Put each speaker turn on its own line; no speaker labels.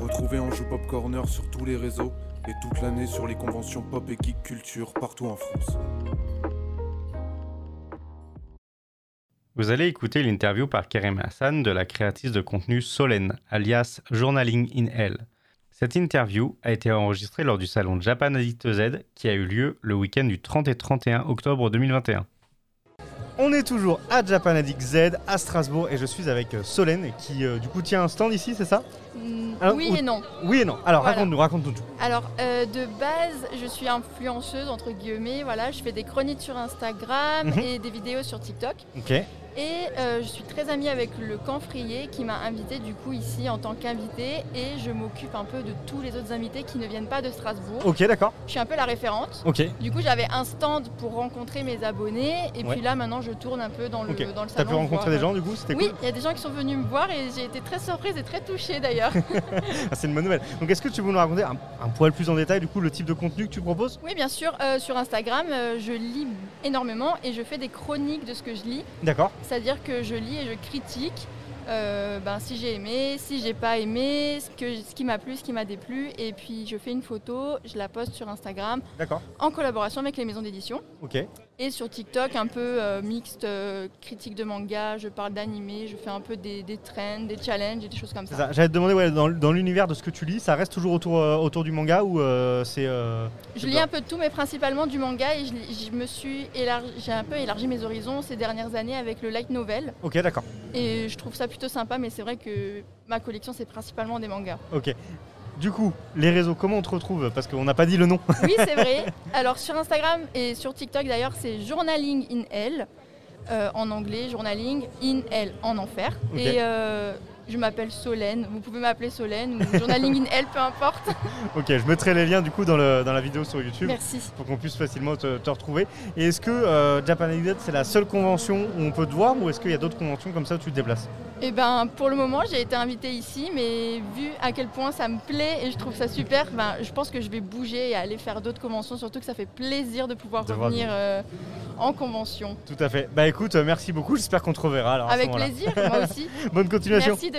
Retrouvez Anjou Pop Corner sur tous les réseaux et toute l'année sur les conventions pop et geek culture partout en France.
Vous allez écouter l'interview par Karim Hassan de la créatrice de contenu Solène, alias Journaling in Hell. Cette interview a été enregistrée lors du salon Japan Addict Z qui a eu lieu le week-end du 30 et 31 octobre 2021.
On est toujours à Japan Addict Z à Strasbourg et je suis avec euh, Solène qui euh, du coup tient un stand ici, c'est ça
Mm,
Alors,
oui
où-
et non.
Oui et non. Alors
Voilà.
raconte-nous, raconte-nous tout.
Alors, euh, de base, je suis influenceuse, entre guillemets. Voilà, je fais des chroniques sur Instagram
Mhm.
et des vidéos sur TikTok.
Ok.
Et euh, je suis très amie avec le camphrier qui m'a invitée du coup ici en tant qu'invitée. Et je m'occupe un peu de tous les autres invités qui ne viennent pas de Strasbourg.
Ok, d'accord.
Je suis un peu la référente.
Ok.
Du coup, j'avais un stand pour rencontrer mes abonnés. Et
Ouais.
puis là, maintenant, je tourne un peu dans le,
Ok.
dans le
T'as
salon.
pu rencontrer
voir,
des gens du coup, c'était
euh, Oui,
cool.
il y a des gens qui sont venus me voir et j'ai été très surprise et très touchée d'ailleurs.
Ah, c'est une bonne nouvelle. Donc est-ce que tu veux nous raconter un, un poil plus en détail du coup le type de contenu que tu proposes
Oui, bien sûr. euh, sur Instagram, euh, je lis énormément et je fais des chroniques de ce que je lis.
D'accord.
C'est-à-dire que je lis et je critique euh, ben, si j'ai aimé, si j'ai pas aimé, ce, que, ce qui m'a plu, ce qui m'a déplu. Et puis je fais une photo, je la poste sur Instagram
D'accord.
en collaboration avec les maisons d'édition.
Ok.
Et sur TikTok, un peu euh, mixte, euh, critique de manga, je parle d'animé, je fais un peu des, des trends, des challenges et des choses comme
C'est
ça.
ça. J'allais te demander ouais, dans, l- dans l'univers de ce que tu lis, ça reste toujours autour, euh, autour du manga ou euh, c'est euh,
Je lis un peu de tout, mais principalement du manga et je, lis- je me suis élargi, j'ai un peu élargi mes horizons ces dernières années avec le light novel.
Ok, d'accord.
Et je trouve ça plutôt sympa, mais c'est vrai que ma collection, c'est principalement des mangas.
Ok. Du coup, les réseaux, comment on te retrouve Parce qu'on n'a pas dit le nom.
Oui, c'est vrai. Alors, sur Instagram et sur TikTok, d'ailleurs, c'est Journaling in Hell, euh, en anglais, Journaling in Hell, en enfer.
Ok.
Et euh, je m'appelle Solène. Vous pouvez m'appeler Solène ou Journaling in Hell, peu importe.
ok, je mettrai les liens du coup dans, le- dans la vidéo sur YouTube.
Merci.
pour qu'on puisse facilement te, te retrouver. Et est-ce que euh, Japan Exit, c'est la seule convention où on peut te voir ou est-ce qu'il y a d'autres conventions comme ça où tu te déplaces
Et ben, pour le moment, j'ai été invitée ici, mais vu à quel point ça me plaît et je trouve ça super, ben, je pense que je vais bouger et aller faire d'autres conventions. Surtout que ça fait plaisir de pouvoir
De
revenir euh, en convention.
Tout à fait. Bah écoute, euh, merci beaucoup. J'espère qu'on te reverra alors. à ce
Avec
moment-là.
plaisir, moi aussi.
Bonne continuation.
Merci de
et